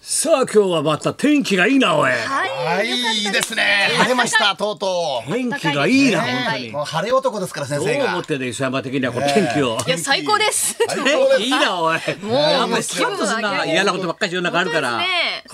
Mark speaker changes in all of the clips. Speaker 1: さあ今日はまた天気がいいなおい
Speaker 2: は、
Speaker 3: はいい、
Speaker 2: よかった
Speaker 3: いいですね。晴れま した、とうとう。
Speaker 1: 天気がいいな
Speaker 2: 暖
Speaker 1: 本当
Speaker 2: かい
Speaker 1: に
Speaker 2: で
Speaker 3: もう晴れ男ですから、先
Speaker 1: ど
Speaker 3: 生
Speaker 1: う思
Speaker 3: が
Speaker 1: っ。てんだよ磯山的にはこの天気を
Speaker 2: いや、最高です。
Speaker 3: 最高
Speaker 1: 天
Speaker 3: で
Speaker 1: 気い
Speaker 3: す
Speaker 1: いなおいもうやっぱスカッとする
Speaker 2: 気分上げ
Speaker 1: な
Speaker 2: 上げ
Speaker 1: 嫌なことばっかり世の中あるから
Speaker 2: 本
Speaker 1: こ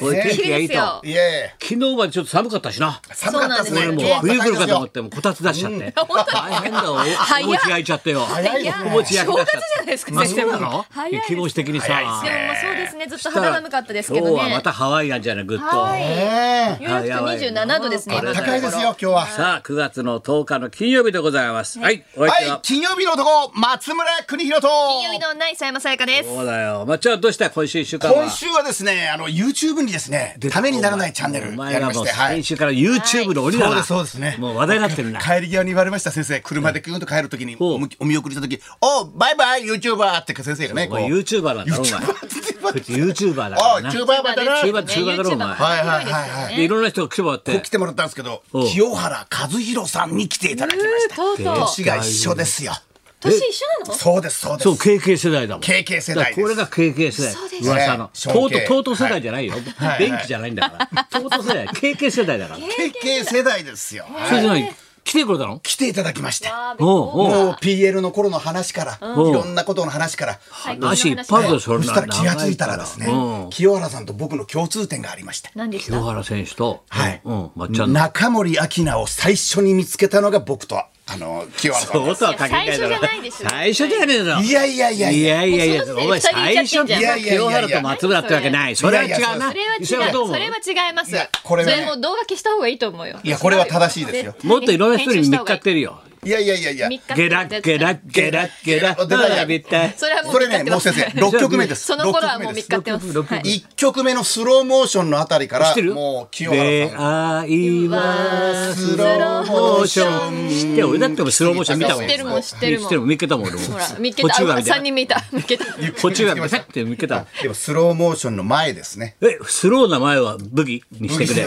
Speaker 2: 当
Speaker 1: う
Speaker 2: です
Speaker 1: いう天
Speaker 2: ね
Speaker 1: 気がいいと
Speaker 2: 綺麗ですよ
Speaker 1: 昨
Speaker 3: いえ、
Speaker 1: 日までちょっと寒かったしな
Speaker 3: 寒かったですね。
Speaker 1: 俺もう
Speaker 3: 今日
Speaker 1: 冬
Speaker 3: は
Speaker 1: 来るかと思って
Speaker 3: 暖かいですよ
Speaker 1: もこたつ出しちゃって大変だおお
Speaker 2: 早い
Speaker 1: 餅焼いちゃってよ
Speaker 3: 早いです
Speaker 1: お
Speaker 3: ね。
Speaker 1: 餅焼き
Speaker 2: 正
Speaker 1: 出しち
Speaker 2: 月じ
Speaker 1: ゃっ
Speaker 2: ゃないです
Speaker 1: て
Speaker 2: か、
Speaker 1: まあ
Speaker 2: 先
Speaker 1: そ
Speaker 2: 生。
Speaker 1: うなの
Speaker 2: 早いです
Speaker 1: 気持ち的に
Speaker 3: 早いです
Speaker 1: さ
Speaker 3: ね
Speaker 2: でもまあそうですね、ずっと
Speaker 1: したら
Speaker 2: 肌寒かったですけ
Speaker 1: 今
Speaker 2: ど
Speaker 1: 日
Speaker 2: ね。
Speaker 1: はまたハワイなんじゃないぐっと
Speaker 2: はい。
Speaker 3: え
Speaker 2: ヨーロッパ27度ですね。
Speaker 1: あ
Speaker 2: 今のところ
Speaker 3: 高いですよ、今日は。
Speaker 1: さあ9月の10日の金曜日でございますはいお相手
Speaker 3: はい
Speaker 1: は、
Speaker 3: 金曜日の男、松村邦弘と。
Speaker 2: 金曜日の女、磯山さやかです。
Speaker 1: そうだよまあじゃあどうした今週一週間は
Speaker 3: 今週はですね、あの YouTube にですね、ためにならないチャンネル
Speaker 1: お
Speaker 3: や
Speaker 1: 前
Speaker 3: り
Speaker 1: ら
Speaker 3: ま
Speaker 1: もう
Speaker 3: して、はい
Speaker 1: 先。週から YouTube の鬼だ
Speaker 3: そ
Speaker 1: な
Speaker 3: うですそうですね
Speaker 1: もう話題になってるな
Speaker 3: 帰り際に言われました先生車でグーンと帰るときに
Speaker 1: ほう
Speaker 3: おお見送りしたとき「おうバイバイ YouTuber」って先生がね
Speaker 1: お
Speaker 3: こう
Speaker 1: 前 YouTuber なんだろお
Speaker 3: YouTuber
Speaker 1: 前
Speaker 3: って言
Speaker 1: こ
Speaker 3: われ
Speaker 1: いつ
Speaker 3: て
Speaker 1: YouTuber だか
Speaker 3: お
Speaker 1: ら
Speaker 3: い
Speaker 1: な
Speaker 3: YouTuber だな
Speaker 1: 中盤中盤だろお前
Speaker 3: はいはいはいはい
Speaker 1: でいろんな人が来てもらっ
Speaker 3: こ
Speaker 1: て
Speaker 3: う来てもらったんですけど
Speaker 1: おう
Speaker 3: 清原和博さんに来ていただきました
Speaker 2: とうとう。
Speaker 3: 年が一緒ですよ
Speaker 2: 年一緒なの
Speaker 3: そうですそうです
Speaker 1: そう KK 世代だもん
Speaker 3: KK 世代です
Speaker 1: だからこれが KK 世
Speaker 2: そう
Speaker 1: 代
Speaker 2: です
Speaker 1: 噂の
Speaker 3: ね
Speaker 1: とうとう
Speaker 3: 尊敬
Speaker 1: とうとう世代じゃないよ
Speaker 3: はい
Speaker 1: 電気じゃないんだからとうとう世代 KK 世代だから
Speaker 3: KK 世代ですよ
Speaker 1: それじゃない来てくれたの
Speaker 3: 来ていただきまして
Speaker 2: あー
Speaker 1: おうおう
Speaker 3: もう PL の頃の話からい
Speaker 1: ん
Speaker 3: ろんなことの話から
Speaker 2: 最近の
Speaker 1: 話
Speaker 2: 話
Speaker 1: いっぱいあるぞそ
Speaker 3: そ
Speaker 1: れ
Speaker 3: したら気が付いたらですね
Speaker 1: うん
Speaker 3: 清原さんと僕の共通点がありまして
Speaker 2: 何でし
Speaker 1: 清
Speaker 2: た
Speaker 1: 原選手と
Speaker 3: はい
Speaker 1: うんまっちゃんの
Speaker 3: 中森明菜を最初に見つけたのが僕とあの清原さんです
Speaker 1: とは限らないだろ
Speaker 2: 最初じゃないでしょ
Speaker 1: 最初じゃねえだろ
Speaker 3: いやいやいや
Speaker 1: いやいやいや
Speaker 2: もう、その時点で
Speaker 1: お前最
Speaker 2: 二人
Speaker 1: 初
Speaker 2: いちゃってんじゃ
Speaker 1: か
Speaker 2: ん
Speaker 1: ら清原と松村ってわけない。それは違うな。
Speaker 2: そ
Speaker 3: そ
Speaker 2: れは違う。
Speaker 1: 石
Speaker 2: そ
Speaker 1: 山どう思う
Speaker 2: れは違います。
Speaker 3: いやこれはね
Speaker 2: それもう動画消した方がいいと思うよ。
Speaker 3: いやこれは正しいですよ
Speaker 1: もっといろんな人に見っかってるよ。
Speaker 3: いやいやいやいや
Speaker 2: 三日って
Speaker 1: ゲラッゲラッゲラッゲラッ。
Speaker 3: 出た
Speaker 1: 並びたい。
Speaker 2: それはもう
Speaker 3: それねもう先生6曲目です
Speaker 2: その頃はもう見
Speaker 3: 六曲目です
Speaker 2: 日かってます。
Speaker 1: 六曲
Speaker 2: はい
Speaker 3: 一曲目のスローモーションのあたりか
Speaker 1: 知っ
Speaker 3: ら
Speaker 1: てる
Speaker 3: もう清
Speaker 1: 出
Speaker 3: 原さん
Speaker 1: 会いはスローモーション。知ってる俺だってもスローモーション見たもん。
Speaker 2: 知ってるもん知ってるもん
Speaker 1: 知ってるもん。見っけたもん俺も。
Speaker 2: ほら、見っけた。
Speaker 1: 途中は
Speaker 2: あ、
Speaker 1: 見た
Speaker 2: 三。人見た。見っけた。
Speaker 1: 途中は見た。って見っけた。
Speaker 3: でもスローモーションの前ですね
Speaker 1: え、スローな前はブギにして くれ。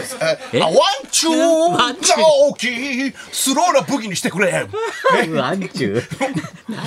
Speaker 3: えあワンチュー
Speaker 1: ワ
Speaker 3: が
Speaker 1: ンチュー
Speaker 3: 大きいスローな武器にしてくれ
Speaker 1: ワンチュ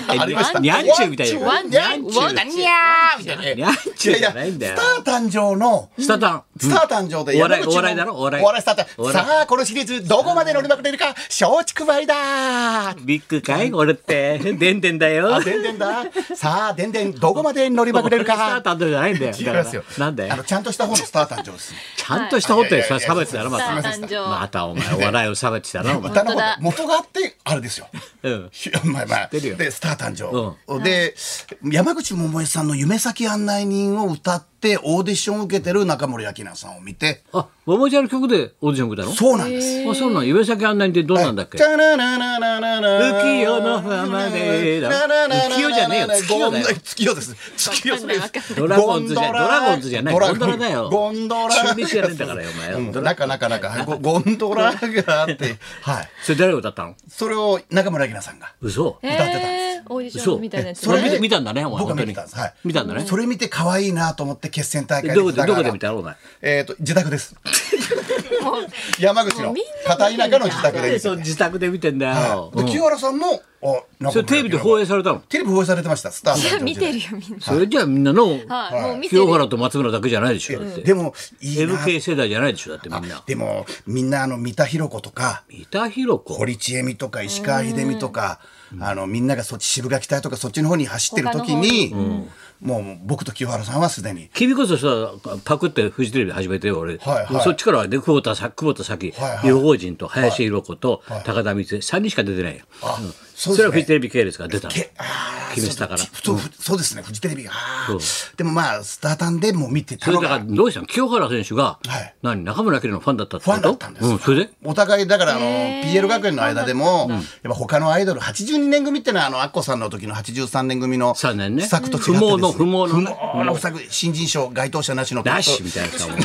Speaker 3: ありました
Speaker 1: ー。ニャンチューみたいな。
Speaker 2: ワンチュ
Speaker 1: ニ
Speaker 2: ー
Speaker 1: ャンチュ
Speaker 2: ワ
Speaker 1: ー
Speaker 2: ンチュー
Speaker 3: にゃーみたいな
Speaker 1: ニャンチューじゃないんだよ
Speaker 3: いやいやスター誕生の
Speaker 1: スタタン。
Speaker 3: スター誕生で
Speaker 1: お笑い
Speaker 3: 山口も
Speaker 1: お笑いだろお笑い
Speaker 3: お笑いスター
Speaker 1: お
Speaker 3: 誕生
Speaker 1: 笑い
Speaker 3: さあこのシリーズどこまで乗りまくれるか松竹梅だ
Speaker 1: ビッグかい俺って。でんでんだよ。
Speaker 3: でんでんださあでんでんどこまで乗りまくれる
Speaker 1: スター
Speaker 3: か
Speaker 1: 誕生じゃないんだよ。
Speaker 3: 違いますよ
Speaker 1: だからなんだ
Speaker 3: あ
Speaker 1: よ
Speaker 3: の。ちゃんとした方のスター誕生です
Speaker 1: ちゃんとしたホテルさ、
Speaker 3: はい
Speaker 1: 差別だな、ま
Speaker 2: さあ、
Speaker 1: た。
Speaker 2: 誕生。
Speaker 1: またお前、お笑いを差別だな、お 前。
Speaker 3: 歌の
Speaker 2: 本当だ
Speaker 3: 元があってあれですよ
Speaker 1: うん。
Speaker 3: ひまあま
Speaker 1: 知
Speaker 3: あ、
Speaker 1: ってるよ
Speaker 3: でスター誕生、で、山口百恵さんの「夢先案内人」を歌ってオーディションを受けてる中森明菜さんを見て
Speaker 1: あ、ももちゃんの曲でオーディション受けたの
Speaker 3: そうなんです。
Speaker 1: あ、そうなの指先案内ってどうなんだっけ
Speaker 3: チャララララララ
Speaker 1: 浮世の浜でだ
Speaker 3: ラララララ
Speaker 1: 浮世じゃねえよ月夜だよ
Speaker 3: ゴン月夜です月夜
Speaker 2: わかん
Speaker 3: です
Speaker 1: ドラゴンズじゃない、ドラゴンズじゃない、ゴンドラだよ。
Speaker 3: ゴンドラ
Speaker 1: 中日やねんだからよ、お前。
Speaker 3: うんなかなかなか ゴゴンドラがあってはい
Speaker 1: それ誰が歌ったの
Speaker 3: それを中村明菜さんが
Speaker 1: 嘘。
Speaker 2: え
Speaker 3: 歌ってたん
Speaker 2: ー、オーディションみたいなやつ。
Speaker 1: それ見て見たんだね、お前。
Speaker 3: 僕は
Speaker 1: 本当
Speaker 3: 見て
Speaker 1: に
Speaker 3: たんですはい。
Speaker 1: 見たんだね。
Speaker 3: それ見て可愛いなと思って決戦大会
Speaker 1: どこで、
Speaker 3: 戦う
Speaker 1: どこで見たのお前。
Speaker 3: えっと自宅 です山口の片田舎の自宅で
Speaker 1: で
Speaker 3: 見て
Speaker 1: そう
Speaker 3: て
Speaker 1: 自宅で見てんだよ
Speaker 3: は。いで清原さんもおなんか
Speaker 1: それテレビで放映されたの
Speaker 3: テレビ放映されてましたスター
Speaker 2: い
Speaker 3: 誕
Speaker 2: や、
Speaker 3: 生
Speaker 2: 見てるよ、みんな。
Speaker 1: それじゃあみんなの
Speaker 2: はい、もう見てる
Speaker 1: 清。原と松村だけじゃないでしょだって
Speaker 3: でもいいな
Speaker 1: MK 世代じゃないでしょだってみんな
Speaker 3: でもみんなあの三田寛子とか
Speaker 1: 三田寛子
Speaker 3: 堀ちえみとか石川秀美とかあのみんながそっち渋垣隊とかそっちの方に走ってる時にもう僕と清原さんはすでに
Speaker 1: 君こそさパクってフジテレビ始めてよ俺、
Speaker 3: はいはい
Speaker 1: そっちからで久保田さ久保田早紀
Speaker 3: はいはい
Speaker 1: 予報人と林裕子と高田光恵3人しか出てないよ、
Speaker 3: あ
Speaker 1: それはフジテレビ系列が出たの
Speaker 3: けあー
Speaker 1: 決めてたから
Speaker 3: そうふそうですねフジテレビがあーでもまあスタータンでも見てた
Speaker 1: それ
Speaker 3: の
Speaker 1: だから
Speaker 3: が
Speaker 1: どうしたの清原選手が、
Speaker 3: はい
Speaker 1: 何中村明のファンだったって
Speaker 3: フ
Speaker 1: こ
Speaker 3: ァ
Speaker 1: と
Speaker 3: ンだったんです
Speaker 1: うん、それで
Speaker 3: お互いだからあの PL 学園の間でもやっぱ他のアイドル82年組ってのはあのアッコさんの時の83年組の
Speaker 1: 三年ね
Speaker 3: 作と違って
Speaker 1: 不
Speaker 3: です
Speaker 1: 毛
Speaker 3: ね
Speaker 1: の不毛のね
Speaker 3: 不毛の作新人賞該当者なしの
Speaker 1: なしみたいなさもう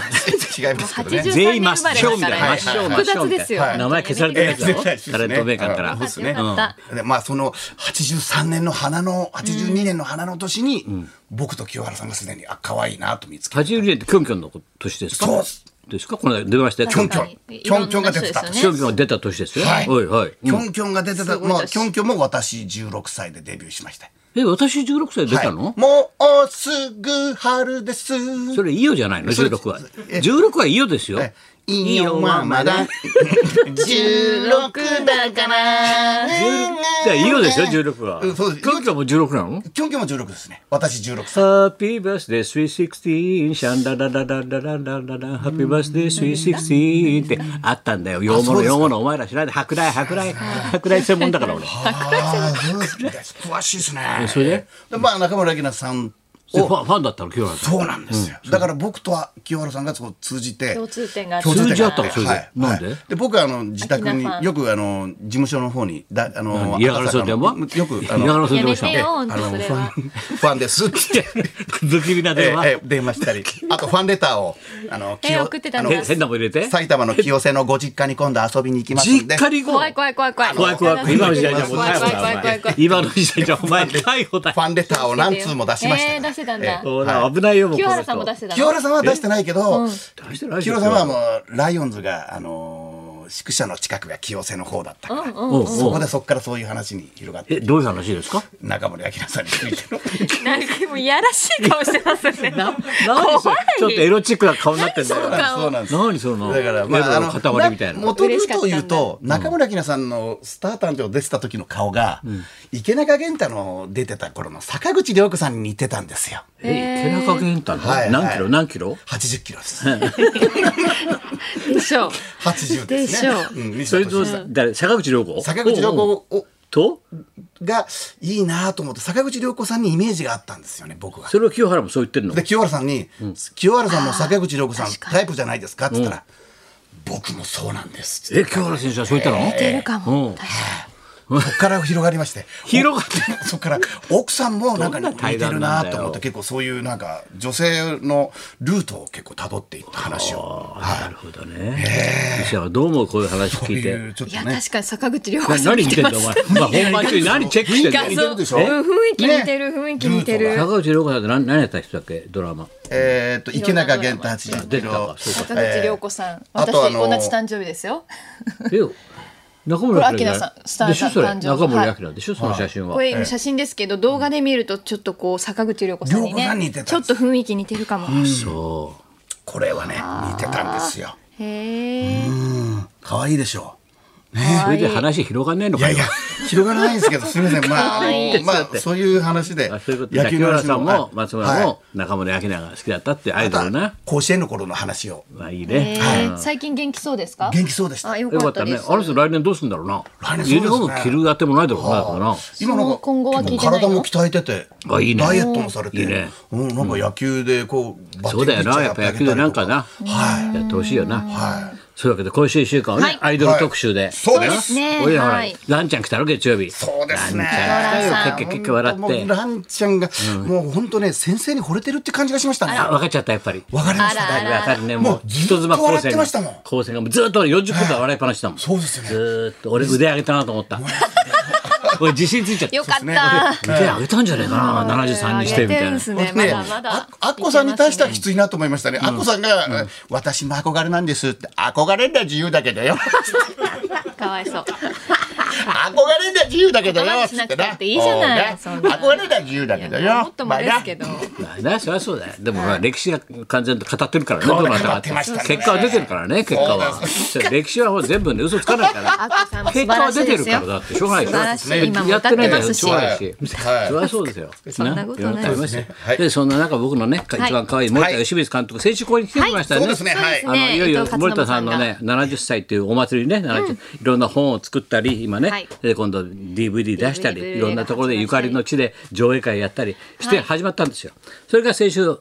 Speaker 3: 違いますけどね
Speaker 2: 83
Speaker 1: 全員真っ白みたい
Speaker 3: は
Speaker 1: な真
Speaker 3: い
Speaker 1: っ白真っ白みたい
Speaker 2: は
Speaker 1: ない名前消されてるやつだろタレントメーカーから
Speaker 3: そうですね
Speaker 2: よかった。
Speaker 3: でまあその83年の花の82年の花の年に、僕と清原さんがすでにあ可愛いなと見つけて
Speaker 1: 80年ってキョンキョンの年ですか
Speaker 3: そうっす
Speaker 1: ですかこの間出ましたよキョンキョン
Speaker 2: 確かにいろんな人ですよね
Speaker 3: キョン
Speaker 1: キョンキ
Speaker 3: キョンが出てた
Speaker 1: ョンが出た年ですよ
Speaker 3: はい
Speaker 1: はいはい
Speaker 3: キョンキョンが出てた、
Speaker 2: すごい
Speaker 3: まあ
Speaker 2: です
Speaker 3: キョンキョンも私16歳でデビューしまして
Speaker 1: え、私16歳で出たの、
Speaker 3: はい、もうすぐ春です。
Speaker 1: それ、いいよじゃないの、
Speaker 3: それ
Speaker 1: 16は。
Speaker 3: え
Speaker 1: 16はいいよですよ。
Speaker 3: いいよマ マだ。16だから。
Speaker 1: だいいよですよ、16は。
Speaker 3: うんそうです
Speaker 1: キョンキョンも16なの
Speaker 3: キョンキョンも16ですね。私16歳。
Speaker 1: ハッピーバースデースイーシクティーンシャンダダダダダダダダダハッピーバースデースイーシクティーンってあったんだよ。洋
Speaker 3: そう
Speaker 1: 物
Speaker 3: ですか
Speaker 1: 洋物お前ら知らない。舶来舶来舶来専門だから俺。
Speaker 3: ああ、そうですね詳しいですね。
Speaker 1: それで
Speaker 3: まあ中村明菜さん
Speaker 1: ファンファンだったの清原さん。
Speaker 3: そうなんですよ。だから僕とは清原さんがそう通じて
Speaker 2: 共通点があって
Speaker 3: 共通点が
Speaker 1: 通じ合ったのそれでなんで
Speaker 3: で僕はあの自宅
Speaker 2: 秋
Speaker 3: に
Speaker 2: 菜さん
Speaker 3: よくあの事務所の方にだあの
Speaker 1: 嫌がらせの電話
Speaker 3: 赤坂のよくあ
Speaker 1: 嫌がら
Speaker 3: の
Speaker 1: せの電話した
Speaker 2: やめてよ
Speaker 1: の
Speaker 2: 本当それは
Speaker 3: ファンファ ンですって。
Speaker 1: ズキビな
Speaker 3: え
Speaker 1: 電話。
Speaker 3: え電 話したり、あとファンレターをあの
Speaker 2: え
Speaker 3: 清
Speaker 2: 送ってたん
Speaker 3: あ
Speaker 2: だ
Speaker 3: の
Speaker 1: へ変なもん入れて。
Speaker 3: 埼玉の清瀬のご実家に今度遊びに行きますん
Speaker 1: 実
Speaker 3: で。
Speaker 1: 家に行こ
Speaker 2: 怖
Speaker 1: う
Speaker 2: い。怖い怖い怖い
Speaker 1: 怖い怖い。今の時代じゃもう
Speaker 2: 怖
Speaker 1: 逮
Speaker 2: い
Speaker 1: 捕
Speaker 2: 怖
Speaker 1: だ
Speaker 2: い怖
Speaker 1: お前
Speaker 2: い怖い怖い。
Speaker 1: 今の時代じゃお前逮捕だ
Speaker 3: フ。ァンレターを何通も出しましたから。
Speaker 2: えー出してたんだ
Speaker 1: そうだ危ないよもうこ
Speaker 2: 清
Speaker 1: の人
Speaker 2: 原さんも出してた
Speaker 3: 清原さんは出してないけど、
Speaker 1: 出してないでし
Speaker 3: 清
Speaker 1: ょ
Speaker 3: 原さんはもうライオンズがあのー宿舎の近くが清瀬の方だったから、
Speaker 1: おうおう
Speaker 3: そこでそこからそういう話に広がって
Speaker 1: えどういう話ですか。
Speaker 3: 中森明菜さんについての
Speaker 2: なんかもういやらしい顔してますね。
Speaker 1: 何そ
Speaker 2: 怖
Speaker 1: れ
Speaker 2: い。
Speaker 1: ちょっとエロチックな顔になってんだよ。
Speaker 3: そうなんです
Speaker 1: 何その
Speaker 3: だからまあ
Speaker 1: エ
Speaker 3: あ
Speaker 1: ロの
Speaker 3: の
Speaker 1: 塊みたいな。
Speaker 3: 元々というと中村明菜さんのスター誕生出てた時の顔が、池中玄太の出てた頃の坂口涼子さんに似てたんですよ
Speaker 1: え手中玄太の
Speaker 3: はいはい
Speaker 1: 何キロ何キロ
Speaker 3: 80キロです
Speaker 2: でしょう。
Speaker 3: 80です
Speaker 2: でし
Speaker 3: ね
Speaker 2: ょう
Speaker 3: うん西
Speaker 1: そ
Speaker 3: 田
Speaker 1: れ
Speaker 3: 敏
Speaker 1: と
Speaker 3: 行さん
Speaker 1: 誰坂口良子
Speaker 3: 坂口涼
Speaker 1: おうおう
Speaker 3: 子を
Speaker 1: と
Speaker 3: がいいなと思って坂口涼子さんにイメージがあったんですよね僕は。
Speaker 1: それを清原もそう言ってるの
Speaker 3: で清原さんに、清原さんも坂口涼子さんタイプじゃないですか?」って言ったら「僕もそうなんです」って
Speaker 1: え清原選手はそう言ったの
Speaker 2: 出るか
Speaker 1: う
Speaker 2: も。
Speaker 1: ん
Speaker 3: そっから広がりまして
Speaker 1: 広がって
Speaker 3: お そっから奥さんもなん
Speaker 1: ど
Speaker 3: か
Speaker 1: んな
Speaker 3: 似
Speaker 1: 対
Speaker 3: て
Speaker 1: 談
Speaker 3: る
Speaker 1: なん
Speaker 3: な
Speaker 1: だよ
Speaker 3: と思って結構そういうなんか女性のルートを結構辿っていった話を
Speaker 1: なるほどね医者はどうもこういう話
Speaker 3: と
Speaker 1: 聞いて
Speaker 3: いうちょっ
Speaker 2: い
Speaker 3: と
Speaker 2: や
Speaker 3: ね
Speaker 2: 確かに坂口涼子
Speaker 1: な
Speaker 2: さん
Speaker 1: 何見
Speaker 2: 似て
Speaker 1: てん
Speaker 2: ま
Speaker 1: だ
Speaker 2: す。
Speaker 1: お前まあ本番中に何チェックしてん
Speaker 2: 画
Speaker 1: の
Speaker 2: 像
Speaker 3: 似てるでしょ
Speaker 2: うん雰囲気似てる雰囲気似て
Speaker 3: ルー
Speaker 2: る。
Speaker 1: 坂口良子さんって何何やった人だっけドラマ
Speaker 3: えーっと池中玄太80
Speaker 1: 出て
Speaker 3: キ
Speaker 1: たか
Speaker 3: ロ
Speaker 1: そうか
Speaker 2: 坂口涼子さん。
Speaker 3: あ
Speaker 2: 私
Speaker 3: とあの
Speaker 2: 同じ誕生日ですよ。
Speaker 1: え中村明
Speaker 2: これ明菜さんスター
Speaker 1: でしょそれ
Speaker 2: 誕生
Speaker 1: 中森明菜でしょその写真は
Speaker 2: これ写真ですけど動画で見るとちょっとこう坂口涼子さんに
Speaker 3: 涼子さんに似
Speaker 2: ね
Speaker 3: てたんです
Speaker 2: ちょっと雰囲気似てるかも。
Speaker 1: そう
Speaker 3: これはね似てたんですよ。
Speaker 2: へえ。
Speaker 3: 可愛いでしょ
Speaker 1: それで話広がんないの
Speaker 3: い
Speaker 1: か
Speaker 3: や
Speaker 1: よ
Speaker 3: いや、広がらないんですけど、すみま せん、まあ、あの、まあ、そういう話で
Speaker 1: あそういうこ。とじゃあ
Speaker 3: 野球
Speaker 1: 清
Speaker 3: の
Speaker 1: 原
Speaker 3: 話
Speaker 1: さんも
Speaker 3: はい
Speaker 1: 松村
Speaker 3: はい
Speaker 1: も中森明菜が好きだったってアイドル
Speaker 3: ま
Speaker 1: な
Speaker 3: た甲子園の頃の話を。
Speaker 1: まあいいね
Speaker 2: へー最近元気そうですか？
Speaker 3: 元気そうでした
Speaker 2: あ。よ
Speaker 1: よ
Speaker 2: か
Speaker 1: かっ
Speaker 2: ったた
Speaker 1: ね
Speaker 2: です。
Speaker 1: あの人来年どうするんだろうな
Speaker 3: 来年そう
Speaker 1: ユ
Speaker 3: ですね
Speaker 1: ニフォーム着る当てもないだろうなだからな
Speaker 3: 今な
Speaker 2: そ
Speaker 3: んか
Speaker 2: の今後は聞いてないの
Speaker 3: 体も鍛えてて
Speaker 1: あいいね
Speaker 3: ダイエットもされて
Speaker 1: いいね
Speaker 3: うん、なんか野球でこうバ
Speaker 1: そ
Speaker 3: ッティ
Speaker 1: う
Speaker 3: ング
Speaker 1: だよなやっぱ野球でなんかな
Speaker 3: は
Speaker 1: やってほしいよな
Speaker 3: はい
Speaker 1: そういうわけで今週一週間は
Speaker 2: は
Speaker 1: ね
Speaker 2: い
Speaker 1: アイドル特集で
Speaker 3: そう
Speaker 2: そう
Speaker 3: で
Speaker 2: ですすね。
Speaker 1: 俺らほら
Speaker 2: はい。
Speaker 1: ランちゃん来たの月曜日
Speaker 3: そうですね
Speaker 1: ランちゃん来た
Speaker 2: ラン
Speaker 1: よ
Speaker 2: さん
Speaker 1: けっけっけ笑
Speaker 3: もう
Speaker 1: って
Speaker 3: ランちゃんが、もう本当ね先生に惚れてるって感じがしましたね
Speaker 1: あ分かっちゃったやっぱり
Speaker 3: わかりました
Speaker 2: あらあら
Speaker 1: わかるね
Speaker 3: も
Speaker 1: もう
Speaker 3: うずっ
Speaker 1: 人
Speaker 3: と
Speaker 1: 妻構
Speaker 3: 笑っ
Speaker 1: 成
Speaker 3: て
Speaker 1: が
Speaker 3: ましたもん
Speaker 1: 構成がもうずっと俺40分間笑いっぱなしだもん
Speaker 3: そうです
Speaker 1: ず
Speaker 3: よね
Speaker 1: ーっと俺腕上げたなと思った。 俺自信ついちゃった。
Speaker 2: よかっ
Speaker 3: ね
Speaker 2: た。
Speaker 1: 腕上げたんじゃねえかな、七十三にしてみたいな。
Speaker 2: 上げてんすねま
Speaker 3: ね
Speaker 2: だまだ
Speaker 3: あ。あっこさんに対してはきついなと思いましたね。あっこさんが、え私も憧れなんですって、憧れんだ自由だけどよ。
Speaker 2: かわいそう。
Speaker 3: 憧れんだ自由だけどよ。
Speaker 2: 我慢しなくたっていいじゃない
Speaker 3: つ
Speaker 2: そ
Speaker 3: って
Speaker 2: んな
Speaker 3: 憧れんだ自由だけど
Speaker 2: いや
Speaker 3: よ。
Speaker 2: もっともですけど。
Speaker 1: まあね、そりゃそうだよ。でも、まあ、歴史が完全と語ってるからね、
Speaker 3: そうだ
Speaker 1: どなたが
Speaker 3: 語ってましたね
Speaker 1: 結果は出てるからね、結果は。そう歴史はもう全部ね、嘘つかないから。
Speaker 2: あこさんも 素
Speaker 1: 結
Speaker 2: 晴
Speaker 1: 果は
Speaker 2: らし
Speaker 1: 出
Speaker 2: い
Speaker 1: て
Speaker 2: で
Speaker 1: る
Speaker 2: す
Speaker 1: から。
Speaker 2: よ
Speaker 1: だってしょうがないで
Speaker 2: 素晴ら
Speaker 1: し
Speaker 2: し
Speaker 1: ょ
Speaker 2: い今も
Speaker 1: やってないんだよ
Speaker 2: 歌ってますし
Speaker 1: しょうがないし、
Speaker 3: はい
Speaker 1: そりゃそうですよ
Speaker 2: そんなことない
Speaker 1: ありますよ
Speaker 3: はい
Speaker 1: でそんな中僕のね一
Speaker 2: はい
Speaker 1: 番可愛い森田義満監督先週ここに来てきましたよ
Speaker 3: そう
Speaker 1: ね
Speaker 3: ですね。はい
Speaker 1: あ
Speaker 2: そ。う
Speaker 1: の
Speaker 2: ね
Speaker 1: いよい
Speaker 2: 伊
Speaker 1: よ
Speaker 2: 藤勝
Speaker 1: 森田
Speaker 2: 信
Speaker 1: さ
Speaker 2: さ
Speaker 1: ん
Speaker 2: ん
Speaker 1: の
Speaker 2: が
Speaker 1: ね70歳というお祭りね、70いろんな本を作ったり今ね、
Speaker 2: はい
Speaker 1: で今度 DVD 出したり
Speaker 2: DVD
Speaker 1: いろんなところでゆかりの地で上映会やったりして始まったんですよ。それが先週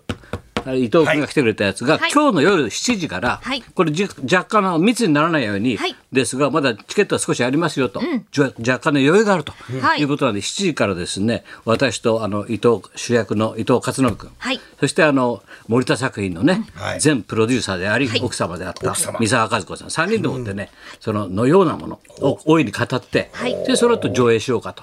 Speaker 1: あ伊藤君が来てくれたやつが、
Speaker 2: はい
Speaker 1: 今日の夜7時から、
Speaker 2: はい
Speaker 1: これじ若干の密にならないように
Speaker 2: はい
Speaker 1: ですが、まだチケットは少しありますよと、じょ若干の余裕があると、
Speaker 2: はい
Speaker 1: い、うことなんで7時からですね私とあの伊藤主役の伊藤勝信君、
Speaker 2: はい
Speaker 1: そしてあの森田作品のね、
Speaker 3: はい
Speaker 1: 全プロデューサーであり、
Speaker 2: はい
Speaker 1: 奥様であった
Speaker 3: 奥様
Speaker 1: 三沢和子さん3人でもってね、そののようなものを大いに語って、でその後上映しようかと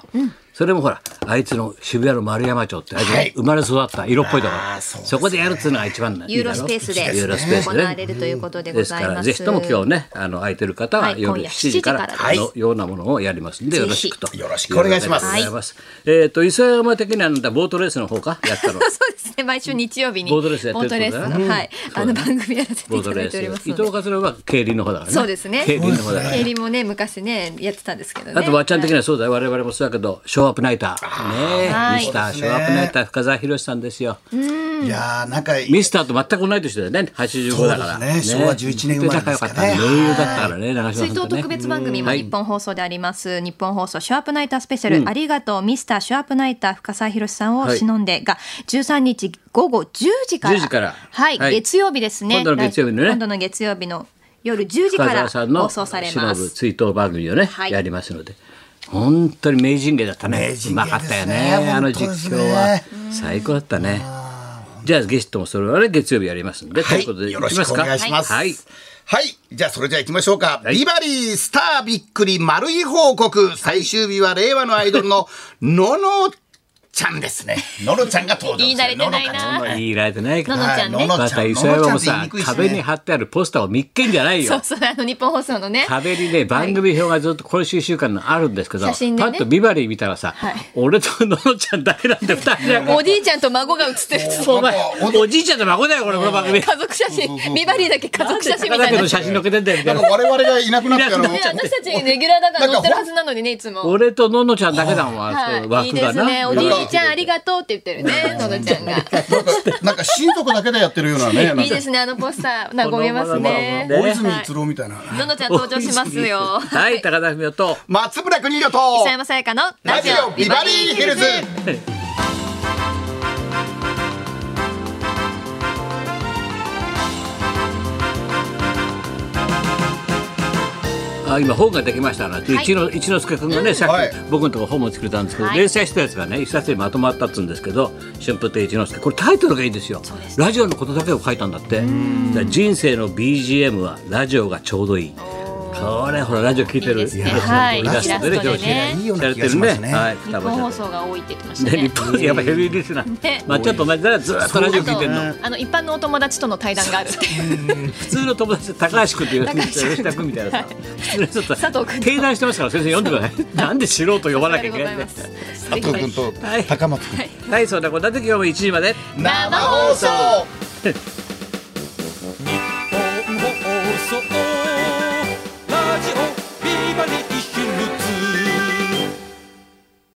Speaker 1: それもほらあいつの渋谷の丸山町ってあいつ
Speaker 3: はい
Speaker 1: 生まれ育った色っぽいところ、
Speaker 3: あーそうですね
Speaker 1: そこでやるっていうのが一番いいだろ
Speaker 2: ユーロスペースで
Speaker 1: ユーロスペース
Speaker 2: 行
Speaker 1: で
Speaker 2: われるということでご
Speaker 1: です
Speaker 2: ざ
Speaker 1: か
Speaker 2: います。
Speaker 1: らぜひとも今日ねあの空いてる方は
Speaker 2: はい
Speaker 1: 夜
Speaker 2: 今夜
Speaker 1: 7時か
Speaker 2: 7
Speaker 1: ら
Speaker 2: 時
Speaker 3: からです
Speaker 1: のようなものをやりますんで
Speaker 2: ぜ
Speaker 1: よ
Speaker 2: ひ
Speaker 1: ろしくと
Speaker 3: よろしくお願いします
Speaker 1: うことでございますえっと磯山的にはなんだボートレースの方かやったの
Speaker 2: そうですね毎週日曜日に
Speaker 1: ボートレースやってるってことだ
Speaker 2: ボ
Speaker 1: ね
Speaker 2: ートレースのはいあ
Speaker 1: う
Speaker 2: の
Speaker 1: ん
Speaker 2: 番組やらせて
Speaker 1: ボ
Speaker 2: い
Speaker 1: ート
Speaker 2: た
Speaker 1: レ
Speaker 2: だいており
Speaker 1: ー
Speaker 2: ま
Speaker 1: ス
Speaker 2: す
Speaker 1: 伊
Speaker 2: ので
Speaker 1: 藤勝は競輪の方だからね
Speaker 2: そうですね
Speaker 1: 競輪の方だから
Speaker 2: 競輪もね昔ねやってたんですけどね
Speaker 1: あとわっちゃん的にはそうだよ我々もそうだけどショーアップナイターね
Speaker 2: は
Speaker 1: えミ
Speaker 2: い
Speaker 1: スター
Speaker 3: そ
Speaker 1: シ
Speaker 3: うです
Speaker 1: ョ
Speaker 3: ね
Speaker 1: ーアップナイター深澤宏さんですよ
Speaker 3: いやーなんか
Speaker 1: ミスターと全く同い年だよね85だから
Speaker 3: そうですね昭和11年生ま
Speaker 1: 本
Speaker 3: れです
Speaker 1: 当
Speaker 3: か
Speaker 1: に仲
Speaker 3: ね
Speaker 1: 良かった余裕だったからね長嶋
Speaker 2: 水
Speaker 1: さんと
Speaker 2: 筒
Speaker 1: ね
Speaker 2: 特別番組も
Speaker 1: はい
Speaker 2: 日本放送であります、日本放送ショーアップナイタースペシャル、ありがとうミスターショーアップナイター深澤宏さんを忍んでが、13日午後10時から
Speaker 1: 10時から
Speaker 2: はい、
Speaker 1: はい
Speaker 2: 月曜日ですね
Speaker 1: 今度の月曜日のね
Speaker 2: 今度の月曜日の夜10時
Speaker 1: 深
Speaker 2: から
Speaker 1: 澤さんの
Speaker 2: 放
Speaker 1: 忍
Speaker 2: 送されま
Speaker 1: ぶ
Speaker 2: す
Speaker 1: 追悼番組をね
Speaker 2: はい
Speaker 1: やりますので本当に名人芸だったね
Speaker 3: 名
Speaker 1: う
Speaker 3: 人芸ですね
Speaker 1: まかったよねあの
Speaker 3: 本当
Speaker 1: 実
Speaker 3: です
Speaker 1: 況
Speaker 3: ね
Speaker 1: は最高だったねじゃあゲストもそれはね月曜日やりますんでと
Speaker 3: は
Speaker 1: いう
Speaker 3: い
Speaker 1: ことで
Speaker 3: よ
Speaker 1: 行
Speaker 3: ろ
Speaker 1: き
Speaker 3: し
Speaker 1: ます
Speaker 3: くお
Speaker 1: か
Speaker 3: 願いします
Speaker 1: は
Speaker 3: はいい、じゃあそれじゃあ行きましょうか、
Speaker 1: い
Speaker 3: ビバリースターびっくり丸い報告最終日は令和のアイドルのののちゃんですねののちゃんが登場で
Speaker 2: 言い
Speaker 3: す
Speaker 2: 慣れてないな
Speaker 3: ののか
Speaker 1: 言いられてないから
Speaker 2: ののちゃんね
Speaker 1: また磯山もさ、壁に貼ってあるポスターを見っけんじゃない
Speaker 2: そう
Speaker 1: よ。
Speaker 2: そうあの日本放送のね
Speaker 1: 壁にね番組表がずっと今週一週間のあるんですけど、
Speaker 2: 写真で
Speaker 1: パ
Speaker 2: ね
Speaker 1: ッとビバリー見たらさ、
Speaker 2: はい
Speaker 1: 俺とののちゃんだけなんで二人だから
Speaker 2: おじいちゃんと孫が写ってる
Speaker 1: お前おじいちゃんと孫だよこれこの番組。
Speaker 2: 家族写真ビバリーだけ家族写真み
Speaker 1: 高田
Speaker 2: たい
Speaker 1: 家
Speaker 2: な
Speaker 1: の写真のけてんだよみたい
Speaker 3: なん
Speaker 1: な
Speaker 3: か。我々がいなくなったの
Speaker 1: いなくなっ
Speaker 2: ね私たちレギュラーだから乗ってるはずなのにねいつも。
Speaker 1: 俺とののちゃんだけだもん、あそこ
Speaker 2: はい、いい
Speaker 1: 枠
Speaker 2: で
Speaker 1: が
Speaker 2: す
Speaker 1: な。
Speaker 2: ね。おじいちゃんありがとうって言ってるね、ののちゃんが。
Speaker 3: なんかなんか親族だけでやってるようなねなんか
Speaker 2: いいですね、あのポスター、なごめますね。
Speaker 1: 子供
Speaker 3: 大
Speaker 1: が
Speaker 3: 泉
Speaker 2: はい
Speaker 3: 一郎みたいな、
Speaker 2: ののちゃん登場しま すよ。
Speaker 1: はい、高田文夫と。
Speaker 3: 松村邦洋と
Speaker 2: 北山さやかの
Speaker 3: ラ
Speaker 2: ラ
Speaker 3: ジ
Speaker 2: ジオ
Speaker 3: オビバリーヒルズ
Speaker 1: あ今本ができましたなんて、一之一之輔君がねさっき、
Speaker 3: はい
Speaker 1: 僕のところ本も作れたんですけど、
Speaker 2: はい
Speaker 1: 連載したやつがね一冊にまとまったっつうんですけど春風亭一之輔これタイトルがいいんですよラジオのことだけを書いたんだってだから人生の BGM はラジオがちょうどいいこれほらラジオ聞いてる
Speaker 2: いいですね
Speaker 1: イラスト
Speaker 2: はい
Speaker 1: イラストでね
Speaker 2: イラストで
Speaker 1: 表
Speaker 2: ね
Speaker 1: 紙が
Speaker 3: いいような気がしますね
Speaker 1: はい
Speaker 2: 日本放送が多いって言ってました
Speaker 1: で日
Speaker 2: ね。
Speaker 1: 本やっぱヘビーリスナー、
Speaker 2: ね
Speaker 1: まあちょっと同じだからずーっとラジオ聞いてるの、
Speaker 2: あとあの一般のお友達との対談があるっていう。
Speaker 1: 普通の友達高橋君っていう
Speaker 2: 高橋君
Speaker 1: 吉田君みたいなさ普通の人と
Speaker 2: 佐藤君と
Speaker 1: 定談してますから先生読んでくださ いなんで素人呼ばなきゃいけないんだよ
Speaker 2: 佐
Speaker 3: 佐藤君と
Speaker 1: はい
Speaker 3: 高松君、
Speaker 1: はいそんなことで今日も1時まで
Speaker 2: 生放送
Speaker 4: 日本放送ラジオビバリー